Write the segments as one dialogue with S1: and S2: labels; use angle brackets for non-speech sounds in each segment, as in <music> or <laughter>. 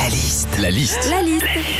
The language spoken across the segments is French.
S1: La liste.
S2: La liste.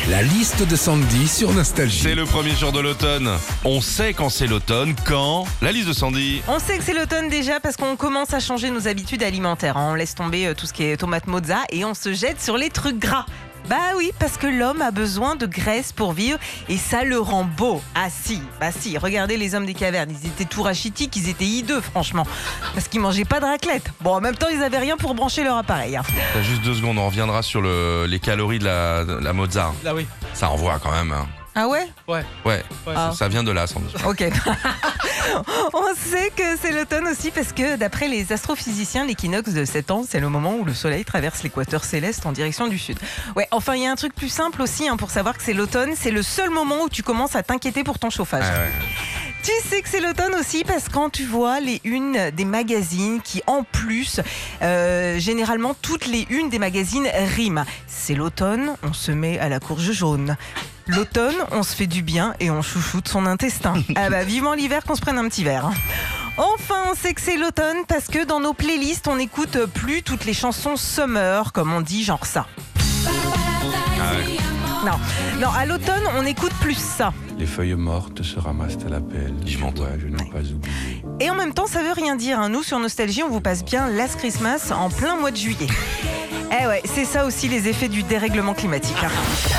S3: La liste de Sandy sur
S4: C'est
S3: Nostalgie.
S4: le premier jour de l'automne. On sait quand c'est l'automne, quand la liste de Sandy.
S5: On sait que c'est l'automne déjà parce qu'on commence à changer nos habitudes alimentaires. hein. On laisse tomber euh, tout ce qui est tomate mozza et on se jette sur les trucs gras. Bah oui, parce que l'homme a besoin de graisse pour vivre et ça le rend beau. Ah si, bah si, regardez les hommes des cavernes, ils étaient tout rachitiques, ils étaient hideux franchement, parce qu'ils mangeaient pas de raclette. Bon, en même temps, ils avaient rien pour brancher leur appareil. hein.
S4: T'as juste deux secondes, on reviendra sur le- les calories de la, de la Mozart.
S1: Là oui.
S4: Ça envoie quand même. hein.
S5: Ah ouais
S4: Ouais,
S1: Ouais.
S4: ça- ça vient de là, Sandy.
S5: Ok. <laughs> On sait que c'est l'automne aussi parce que d'après les astrophysiciens, l'équinoxe de 7 ans, c'est le moment où le Soleil traverse l'équateur céleste en direction du sud. Ouais, enfin, il y a un truc plus simple aussi hein, pour savoir que c'est l'automne, c'est le seul moment où tu commences à t'inquiéter pour ton chauffage.
S4: Ouais, ouais.
S5: Tu sais que c'est l'automne aussi parce que quand tu vois les unes des magazines qui en plus, euh, généralement toutes les unes des magazines riment. C'est l'automne, on se met à la courge jaune. L'automne, on se fait du bien et on chouchoute son intestin. Ah bah vivement l'hiver qu'on se prenne un petit verre. hein. Enfin, on sait que c'est l'automne parce que dans nos playlists, on n'écoute plus toutes les chansons summer, comme on dit, genre ça. Non, non, à l'automne, on n'écoute plus ça.
S6: Les feuilles mortes se ramassent à la pelle.
S4: Je
S6: Je
S4: m'entends.
S6: m'entends. Je n'ai pas oublié.
S5: Et en même temps, ça veut rien dire. hein. Nous, sur Nostalgie, on vous passe bien Last Christmas en plein mois de juillet. Eh ouais, c'est ça aussi les effets du dérèglement climatique. hein.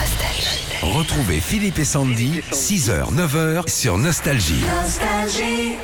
S3: Retrouvez Philippe et Sandy, 6h, 9h sur Nostalgie.
S2: Nostalgie.